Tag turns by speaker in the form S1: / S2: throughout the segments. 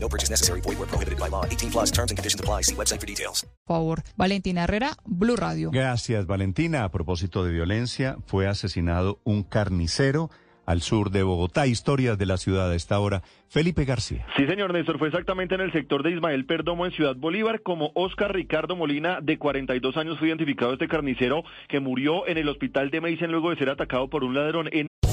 S1: No purchase necessary. Void where prohibited by law. 18 plus terms and conditions apply. See website for details.
S2: Por favor, Valentina Herrera, Blue Radio.
S3: Gracias, Valentina. A propósito de violencia, fue asesinado un carnicero al sur de Bogotá. Historias de la ciudad a esta hora. Felipe García.
S4: Sí, señor Néstor, fue exactamente en el sector de Ismael Perdomo en Ciudad Bolívar, como Oscar Ricardo Molina, de 42 años, fue identificado este carnicero que murió en el hospital de Medicina luego de ser atacado por un ladrón en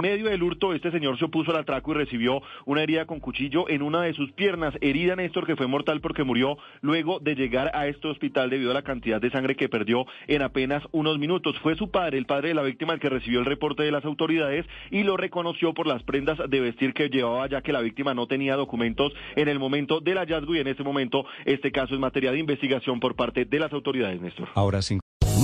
S4: medio del hurto, este señor se opuso al atraco y recibió una herida con cuchillo en una de sus piernas, herida Néstor que fue mortal porque murió luego de llegar a este hospital debido a la cantidad de sangre que perdió en apenas unos minutos. Fue su padre, el padre de la víctima, el que recibió el reporte de las autoridades y lo reconoció por las prendas de vestir que llevaba, ya que la víctima no tenía documentos en el momento del hallazgo y en este momento este caso es materia de investigación por parte de las autoridades, Néstor.
S3: Ahora sí.